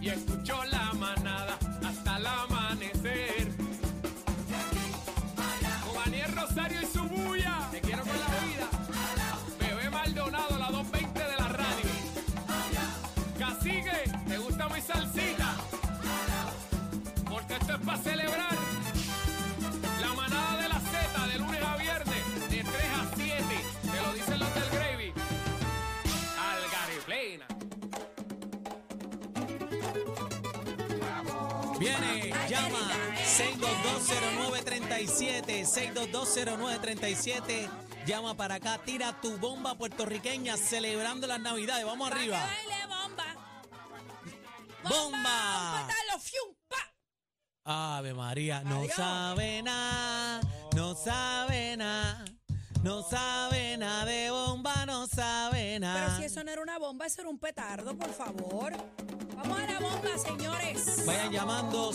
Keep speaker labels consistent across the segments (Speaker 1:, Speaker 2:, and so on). Speaker 1: y escuchó la manada hasta el amanecer. Con Daniel Rosario y su bulla, te quiero con la vida. Bebé Maldonado, la 220 de la radio. Cacique, ¿te gusta mi salsita? Porque esto es para celebrar. La manada de la Z de lunes a viernes, de 3 a 7. Te lo dicen los del Gravy. Algariplena.
Speaker 2: Viene, llama
Speaker 3: eh,
Speaker 2: 6220937, 6220937, llama para acá, tira tu bomba puertorriqueña celebrando las Navidades, vamos
Speaker 3: Pa' que
Speaker 2: arriba.
Speaker 3: baile bomba.
Speaker 2: Bomba.
Speaker 3: Pétalo, fium, pa.
Speaker 2: Ave María, no
Speaker 3: Adiós.
Speaker 2: sabe nada, no sabe nada, no sabe nada de bomba, no sabe nada.
Speaker 3: Pero si eso no era una bomba, eso era un petardo, por favor. Vamos a la bomba, señores.
Speaker 2: Vayan llamando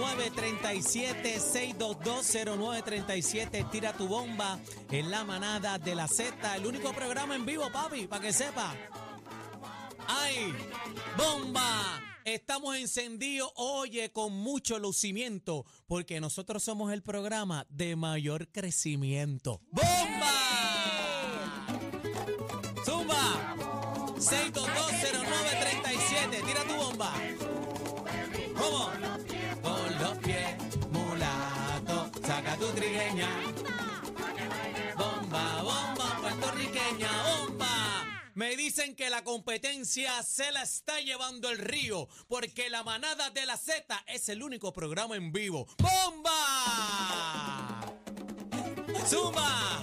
Speaker 2: 622-0937, 622-0937, tira tu bomba en la manada de la Z, el único programa en vivo, papi, para que sepa. ¡Ay! ¡Bomba! Estamos encendidos, oye, con mucho lucimiento, porque nosotros somos el programa de mayor crecimiento. ¡Bomba! ¡Zumba! 6220937, tira tu bomba. ¿Cómo? Con los pies, mulato, saca tu trigueña. Bomba, bomba, puertorriqueña, bomba. Me dicen que la competencia se la está llevando el río, porque la manada de la Z es el único programa en vivo. ¡Bomba! ¡Zumba!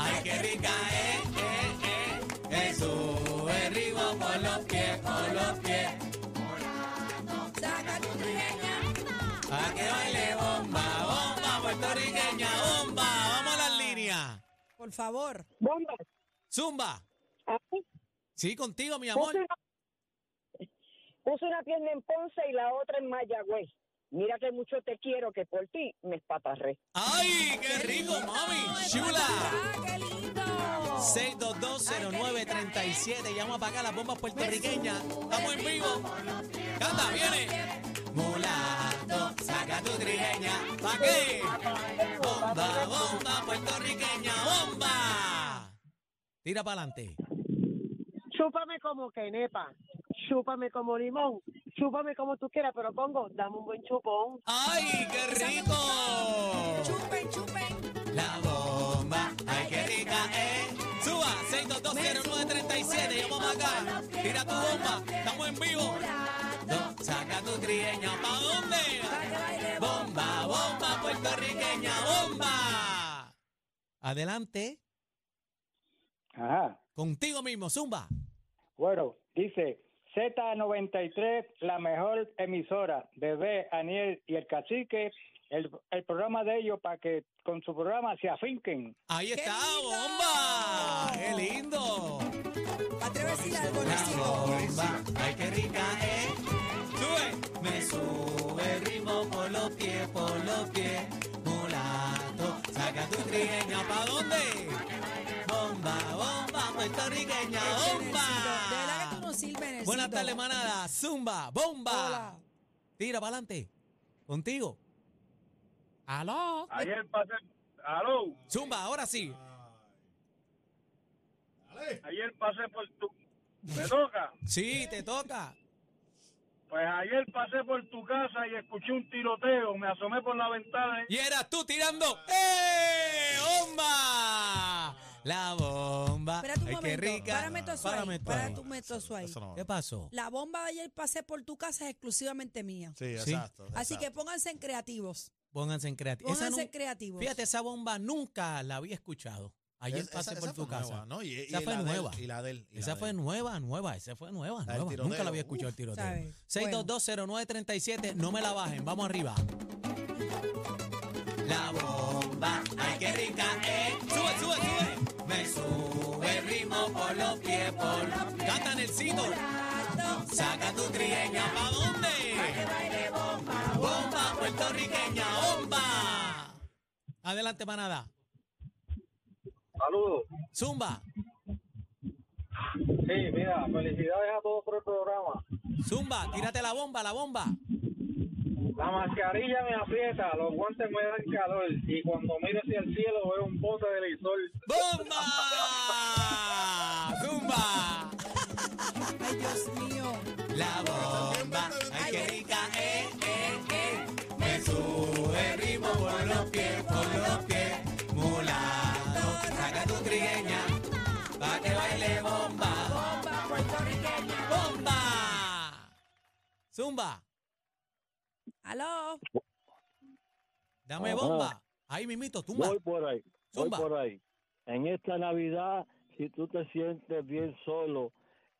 Speaker 2: ¡Ay, qué rica eh, eh, eh! Eso es rico por los pies, por los pies.
Speaker 3: Saca tu trigueña.
Speaker 2: ¡A que baile bomba, bomba puertorriqueña, bomba! ¡Vamos a las líneas!
Speaker 3: Por favor.
Speaker 4: Bomba.
Speaker 2: ¡Zumba!
Speaker 4: Ay,
Speaker 2: Sí, contigo, mi amor.
Speaker 4: Puse una, puse una tienda en Ponce y la otra en Mayagüez. Mira que mucho te quiero, que por ti me espatarré.
Speaker 2: ¡Ay, qué rico, mami!
Speaker 3: Ay,
Speaker 2: ¡Chula!
Speaker 3: papá, Ah, ¡Qué lindo!
Speaker 2: 6220937, llama para acá las bombas puertorriqueñas. Estamos en vivo. Canta, viene. Mulato, saca tu trigueña. ¿Pa' qué? Bomba, bomba puertorriqueña, bomba. Tira para adelante.
Speaker 5: Chúpame como quenepa, chúpame como limón, chúpame como tú quieras, pero pongo, dame un buen chupón.
Speaker 2: ¡Ay, qué rico!
Speaker 3: Chupen, chupen.
Speaker 2: La bomba, ay qué rica eh. Suba 6220937, llamamos acá. Tira tu bomba, estamos en vivo. No, saca tu trigueña, ¿pa
Speaker 3: Pa' que
Speaker 2: dónde?
Speaker 3: baile
Speaker 2: Bomba, bomba puertorriqueña, bomba. Adelante,
Speaker 6: Ajá.
Speaker 2: contigo mismo, zumba.
Speaker 6: Bueno, dice Z93, la mejor emisora, Bebé, Aniel y el Cacique, el, el programa de ellos para que con su programa se afinquen.
Speaker 2: Ahí
Speaker 3: ¡Qué
Speaker 2: está,
Speaker 3: lindo!
Speaker 2: bomba. Qué lindo.
Speaker 3: Atrévete a decir algo, Luisito.
Speaker 2: bomba, ay qué rica eh. Sube, me sube el ritmo por los pies, por los pies. Mulato, saca tu trigueña, ¿pa dónde? Bomba, bomba, puertorriqueña, bomba.
Speaker 3: De verdad que tú no sirves, Nelsito.
Speaker 2: Buenas tardes, manada. Zumba, bomba.
Speaker 3: Hola.
Speaker 2: Tira para adelante. Contigo. Aló.
Speaker 7: Ayer pasé, aló,
Speaker 2: Zumba, ahora sí.
Speaker 7: ayer pasé por tu, me toca,
Speaker 2: Sí, te toca.
Speaker 7: pues ayer pasé por tu casa y escuché un tiroteo, me asomé por la ventana y
Speaker 2: Y eras tú tirando. ¡Eh! ¡Bomba! La bomba.
Speaker 3: Espérate un
Speaker 2: Ay, qué
Speaker 3: momento.
Speaker 2: rica.
Speaker 3: Párame todo eso
Speaker 2: Párame
Speaker 3: ahí.
Speaker 2: todo ahí.
Speaker 3: Párame todo eso ahí.
Speaker 2: ¿Qué pasó?
Speaker 3: La bomba de ayer pasé por tu casa es exclusivamente mía.
Speaker 8: Sí,
Speaker 2: Sí.
Speaker 8: exacto.
Speaker 3: Así que pónganse en creativos.
Speaker 2: Pónganse en creativo. Esa
Speaker 3: Pónganse
Speaker 2: nu-
Speaker 3: creativos.
Speaker 2: Fíjate, esa bomba nunca la había escuchado. Ayer pasé por tu casa.
Speaker 8: ¿no? Y, y
Speaker 2: Esa fue
Speaker 8: la de él,
Speaker 2: nueva.
Speaker 8: y la de él. y
Speaker 2: Esa
Speaker 8: la
Speaker 2: fue
Speaker 8: de él.
Speaker 2: nueva, nueva, esa fue nueva,
Speaker 8: La del
Speaker 2: nueva.
Speaker 8: tiroteo.
Speaker 2: Nunca la había escuchado el
Speaker 3: ¿sabes?
Speaker 2: tiroteo. 6220937, no me la bajen, vamos arriba. La bomba, ay qué rica eh. Sube, sube, sube. Me sube el ritmo por los pies, por los pies. Canta en el sitio. Saca tu trigueña, ¿pa dónde? Bomba puertorriqueña, bomba. Adelante, manada.
Speaker 7: saludo.
Speaker 2: Zumba.
Speaker 7: Sí, mira, felicidades a todos por el programa.
Speaker 2: Zumba, tírate la bomba, la bomba.
Speaker 7: La mascarilla me aprieta, los guantes me dan calor y cuando miro hacia el cielo veo un bote de lisol.
Speaker 2: ¡Bomba! ¡Zumba!
Speaker 3: Ay, Dios mío.
Speaker 2: La bomba, ay qué rica, eh, eh, eh. Me sube el ritmo por los pies, por los pies. Mulano, saca tu trigueña, pa' que baile bomba,
Speaker 3: Bomba puertorriqueña.
Speaker 2: bomba. Zumba,
Speaker 3: Aló.
Speaker 2: dame
Speaker 6: Ajá.
Speaker 2: bomba. Ahí mimito, tumba.
Speaker 6: Voy por ahí,
Speaker 2: Zumba.
Speaker 6: voy por ahí. En esta Navidad, si tú te sientes bien solo,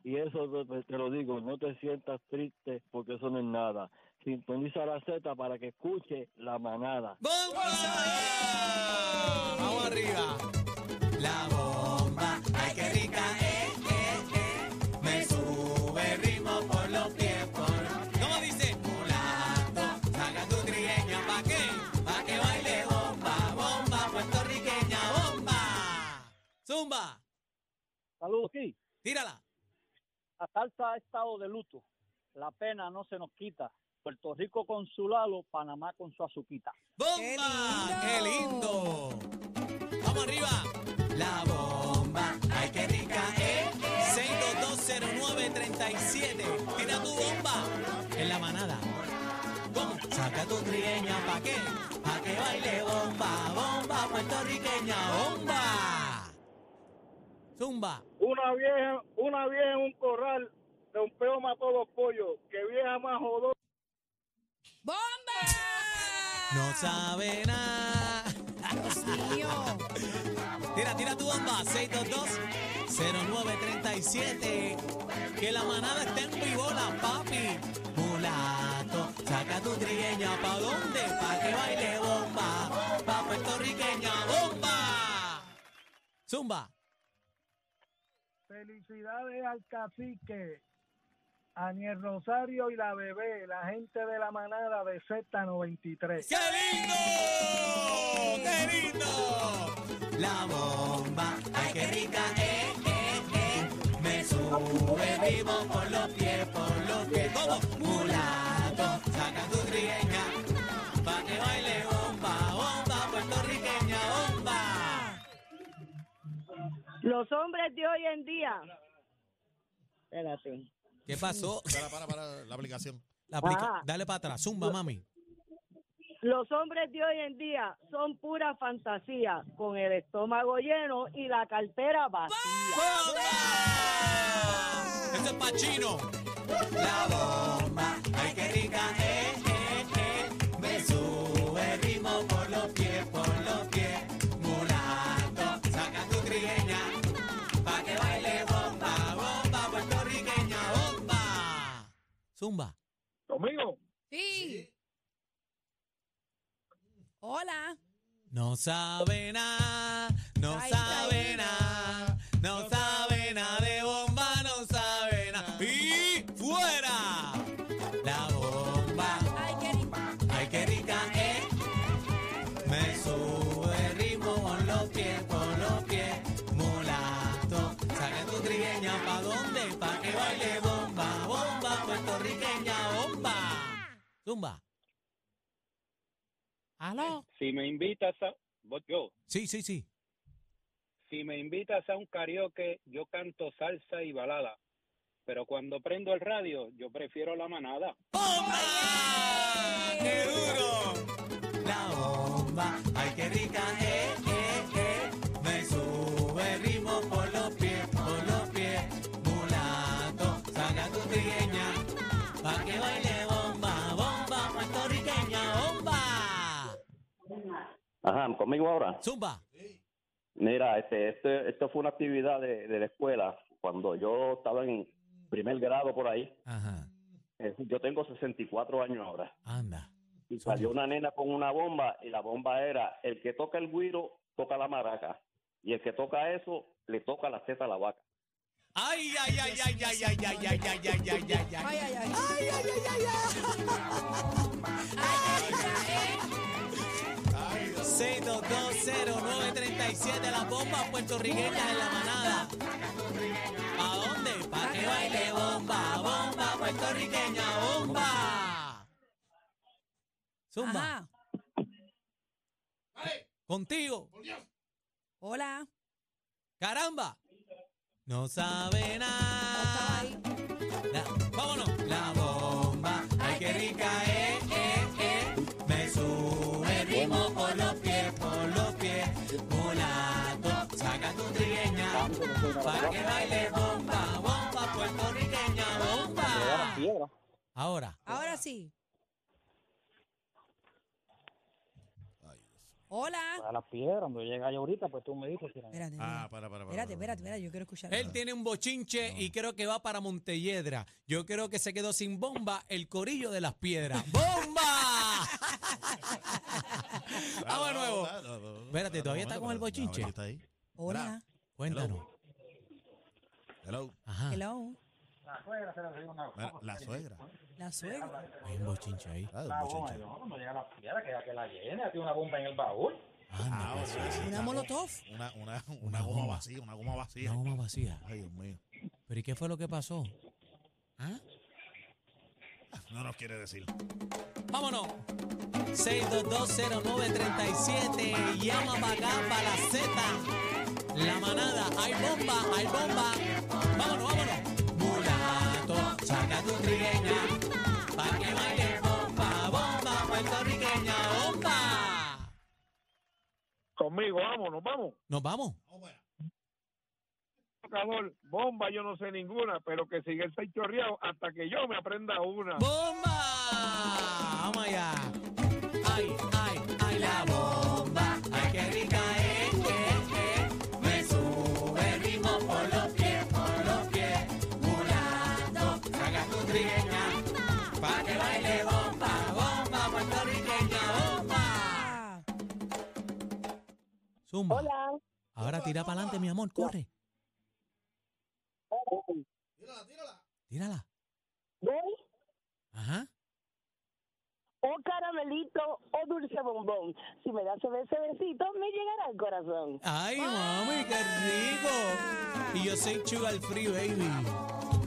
Speaker 6: y eso te- te, te lo digo, no te sientas triste porque eso no es nada. Sintoniza la Z para que escuche la manada.
Speaker 2: ¡Bomba! Vamos arriba. La bomba, ay qué rica, eh, eh, eh. Me sube el ritmo por los pies, por ¿Cómo dice? Mulato, saca tu trigueña, ¿pa' qué? Pa' que baile bomba, bomba, puertorriqueña, bomba. Zumba,
Speaker 6: Saludos, aquí.
Speaker 2: tírala.
Speaker 6: Atalta ha estado de luto. La pena no se nos quita. Puerto Rico con su lalo, Panamá con su azuquita.
Speaker 2: ¡Bomba!
Speaker 3: ¡Qué
Speaker 2: ¡Qué
Speaker 3: lindo!
Speaker 2: lindo! ¡Vamos arriba! La bomba, ay qué rica eh. 6220937. Tira tu bomba en la manada. Bomba. Saca tu trigueña, ¿pa' qué? Pa' que baile bomba, bomba puertorriqueña, bomba. Zumba.
Speaker 7: Una vieja, una vieja en un corral de un peo mató los pollos. Que vieja más jodó.
Speaker 3: ¡Bomba!
Speaker 2: No sabe nada.
Speaker 3: Dios mío.
Speaker 2: Tira, tira tu bomba, 622-0937. Que la manada está en vivola, papi. Mulato, saca tu trigueña, ¿pa' dónde? Pa' que baile bomba, pa' puertorriqueña, bomba. Zumba,
Speaker 7: Felicidades al cacique, Aniel Rosario y la bebé, la gente de la manada de Z93.
Speaker 2: ¡qué lindo! ¡Qué lindo! La bomba, ay, qué rica, eh, eh, eh. Me sube el ritmo por los pies, por los pies. Como mulato, saca tu trigueña. Pa' que baile bomba, bomba, puertorriqueña, bomba.
Speaker 5: Los hombres de hoy en día. Espérate.
Speaker 2: ¿Qué pasó?
Speaker 8: Para, para, para la aplicación.
Speaker 2: La
Speaker 5: aplica-
Speaker 2: Dale para atrás, zumba, mami.
Speaker 5: Los hombres de hoy en día son pura fantasía, con el estómago lleno y la cartera vacía.
Speaker 2: ¡Bomba! Eso es Pachino. La bomba, ay qué rica, eh, eh, eh. Me sube el ritmo por los pies, por los pies. Mulato, saca tu trigueña. Pa' que baile bomba, bomba, puertorriqueña, bomba. Zumba.
Speaker 7: Conmigo.
Speaker 3: Sí. Hola.
Speaker 2: No sabe nada, no
Speaker 3: Ay,
Speaker 2: sabe
Speaker 3: ay,
Speaker 2: nada, no sabe nada de bomba, no sabe nada. ¡Y fuera! La bomba,
Speaker 3: Ay, qué rico.
Speaker 2: ay qué rica es. Me sube el ritmo con los pies, con los pies. Mulato, saca tu trigueña, ¿pa' dónde? Pa' que baile bomba, bomba, puertorriqueña, bomba. Zumba. ¿Aló?
Speaker 9: Si me invitas a... voy Yo,
Speaker 2: Sí, sí, sí.
Speaker 9: si me invitas a un karaoke, yo canto salsa y balada. Pero cuando prendo el radio, yo prefiero la manada.
Speaker 2: ¡Bomba! ¡Qué duro! La bomba, ay qué rica, eh, eh, eh. Me sube el ritmo por los pies, por los pies. Mulato, saca tu trigueña. Pa' que baile bomba, bomba, puertorriqueña, bomba.
Speaker 10: Ajá, conmigo ahora.
Speaker 2: Zumba.
Speaker 10: Mira, este, este, esto fue una actividad de, de la escuela cuando yo estaba en primer grado por ahí.
Speaker 2: Ajá,
Speaker 10: eh, Yo tengo 64 años ahora.
Speaker 2: anda.
Speaker 10: Y salió una nena con una bomba y la bomba era el que toca el guiro toca la maraca y el que toca eso le toca la teta a la vaca.
Speaker 2: Ay, ay, ay, ay, ay, ay, ay, ay, ay, ay, ay, ay, ay.
Speaker 3: Ay, ay, ay.
Speaker 8: Ay,
Speaker 3: ¿eh?
Speaker 8: ay,
Speaker 2: 6220937, la bomba puertorriqueña en la manada. ¿A puertorriqueña bomba. Zumba.
Speaker 3: Ajá.
Speaker 2: Contigo.
Speaker 3: Hola.
Speaker 2: Caramba. No sabe nada. La- vámonos. La bomba. Ay, qué rica eh, eh, eh. Me sube el ritmo por los pies, por los pies. Mulato, saca tu trigueña. Pa' que baile bomba, bomba puertorriqueña, bomba. Ahora.
Speaker 3: Ahora sí. Hola.
Speaker 11: A las piedras, cuando llega yo ahorita, pues tú me dices. si la-
Speaker 3: Espérate,
Speaker 8: Ah, para, para, para.
Speaker 3: espérate, espérate, espérate, yo quiero escuchar.
Speaker 8: Ah.
Speaker 2: Él tiene un bochinche y creo que va para Montelledra. Yo creo que se quedó sin bomba el corillo de las piedras. ¡Bomba! Vamos de
Speaker 8: Ah,
Speaker 2: nuevo. Espérate, todavía está con el bochinche.
Speaker 8: Está ahí.
Speaker 3: Hola.
Speaker 2: Cuéntanos.
Speaker 8: Hello.
Speaker 2: Ajá.
Speaker 3: Hello.
Speaker 8: Mira, la suegra.
Speaker 3: La suegra.
Speaker 2: Hay un bochinche ahí.
Speaker 8: Ah, el
Speaker 11: Ah,
Speaker 8: bochinche.
Speaker 11: bueno, cuando llega la piedra, que, que la llena, tiene una bomba en el baúl.
Speaker 2: Anda,
Speaker 8: Ah,
Speaker 2: pues,
Speaker 8: sí, sí,
Speaker 3: Una
Speaker 8: está.
Speaker 3: molotov.
Speaker 8: Una, una, una,
Speaker 2: Una
Speaker 8: goma
Speaker 2: goma.
Speaker 8: vacía, una goma
Speaker 2: una
Speaker 8: vacía.
Speaker 2: goma vacía.
Speaker 8: Ay, Dios mío.
Speaker 2: ¿Pero y qué fue lo que pasó? ¿Ah?
Speaker 8: No nos quiere decir.
Speaker 2: Vámonos. 6220937. Llama para acá, para la Z. La manada. Hay bomba, hay bomba. Vámonos, vámonos. Mulato, saca tu trigueña. Pa' que baile bomba, bomba puertorriqueña, bomba.
Speaker 12: Conmigo, vámonos, vamos.
Speaker 2: Nos vamos.
Speaker 12: Tocador, bomba, yo no sé ninguna, pero que sigue el seis chorreado hasta que yo me aprenda una.
Speaker 2: ¡Bomba! Vamos allá. Ay, ay, ay, la bomba. Ay, qué rica es, Me sube el ritmo por los pies, por los pies. Mulando, saca tu trigueña. Pa' que baile bomba, bomba puertorriqueña, bomba.
Speaker 3: Ah,
Speaker 2: Zumba.
Speaker 4: Hola.
Speaker 2: Ahora tira para adelante, mi amor, corre.
Speaker 8: Tírala, tírala.
Speaker 2: Tírala.
Speaker 4: ¿Voy?
Speaker 2: Ajá.
Speaker 4: O caramelito o dulce bombón. Si me das ese besito, me llegará al corazón.
Speaker 2: Ay, mami, qué rico. Y yo soy Sugar Free Baby.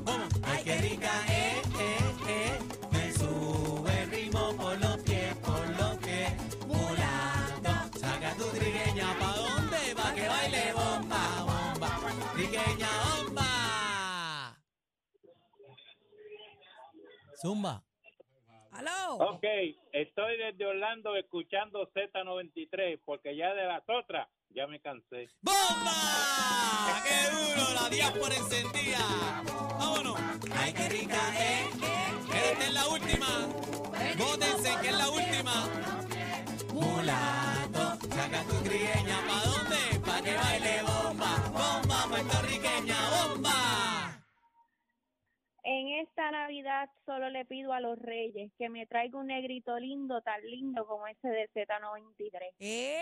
Speaker 2: Vamos. Ay, qué rica, eh, eh, eh. Me sube el ritmo por los pies, por los pies. Mulato, saca tu trigueña. ¿Pa dónde? Pa' que baile bomba, bomba. Trigueña, bomba. Zumba.
Speaker 3: Aló.
Speaker 11: Oh.
Speaker 9: Ok, estoy desde Orlando escuchando Z93 porque ya de las otras ya me cansé.
Speaker 2: ¡Bomba! ¡Qué duro! La diáspora encendida. Vámonos. ¡Ay, qué rica eh! Esta es la última. Vótense, que es la última. Mulato, saca tu trigueña. ¿Pa dónde? Pa' que baile bomba. Bomba puertorriqueña, bomba.
Speaker 13: En esta Navidad solo le pido a los reyes que me traiga un negrito lindo, tan lindo como ese de Z93.
Speaker 3: Eh.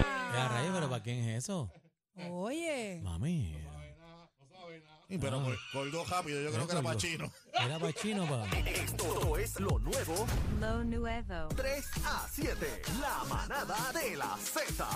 Speaker 2: Ya, rayo, pero ¿para quién es eso?
Speaker 3: Oye.
Speaker 2: Mami.
Speaker 8: Sí, pero col- colgó rápido, yo creo que era
Speaker 2: Ah. colgó.
Speaker 8: para chino.
Speaker 2: Era pachino, pa.
Speaker 14: Esto es lo nuevo. Lo nuevo. 3 a 7. La manada de la Z.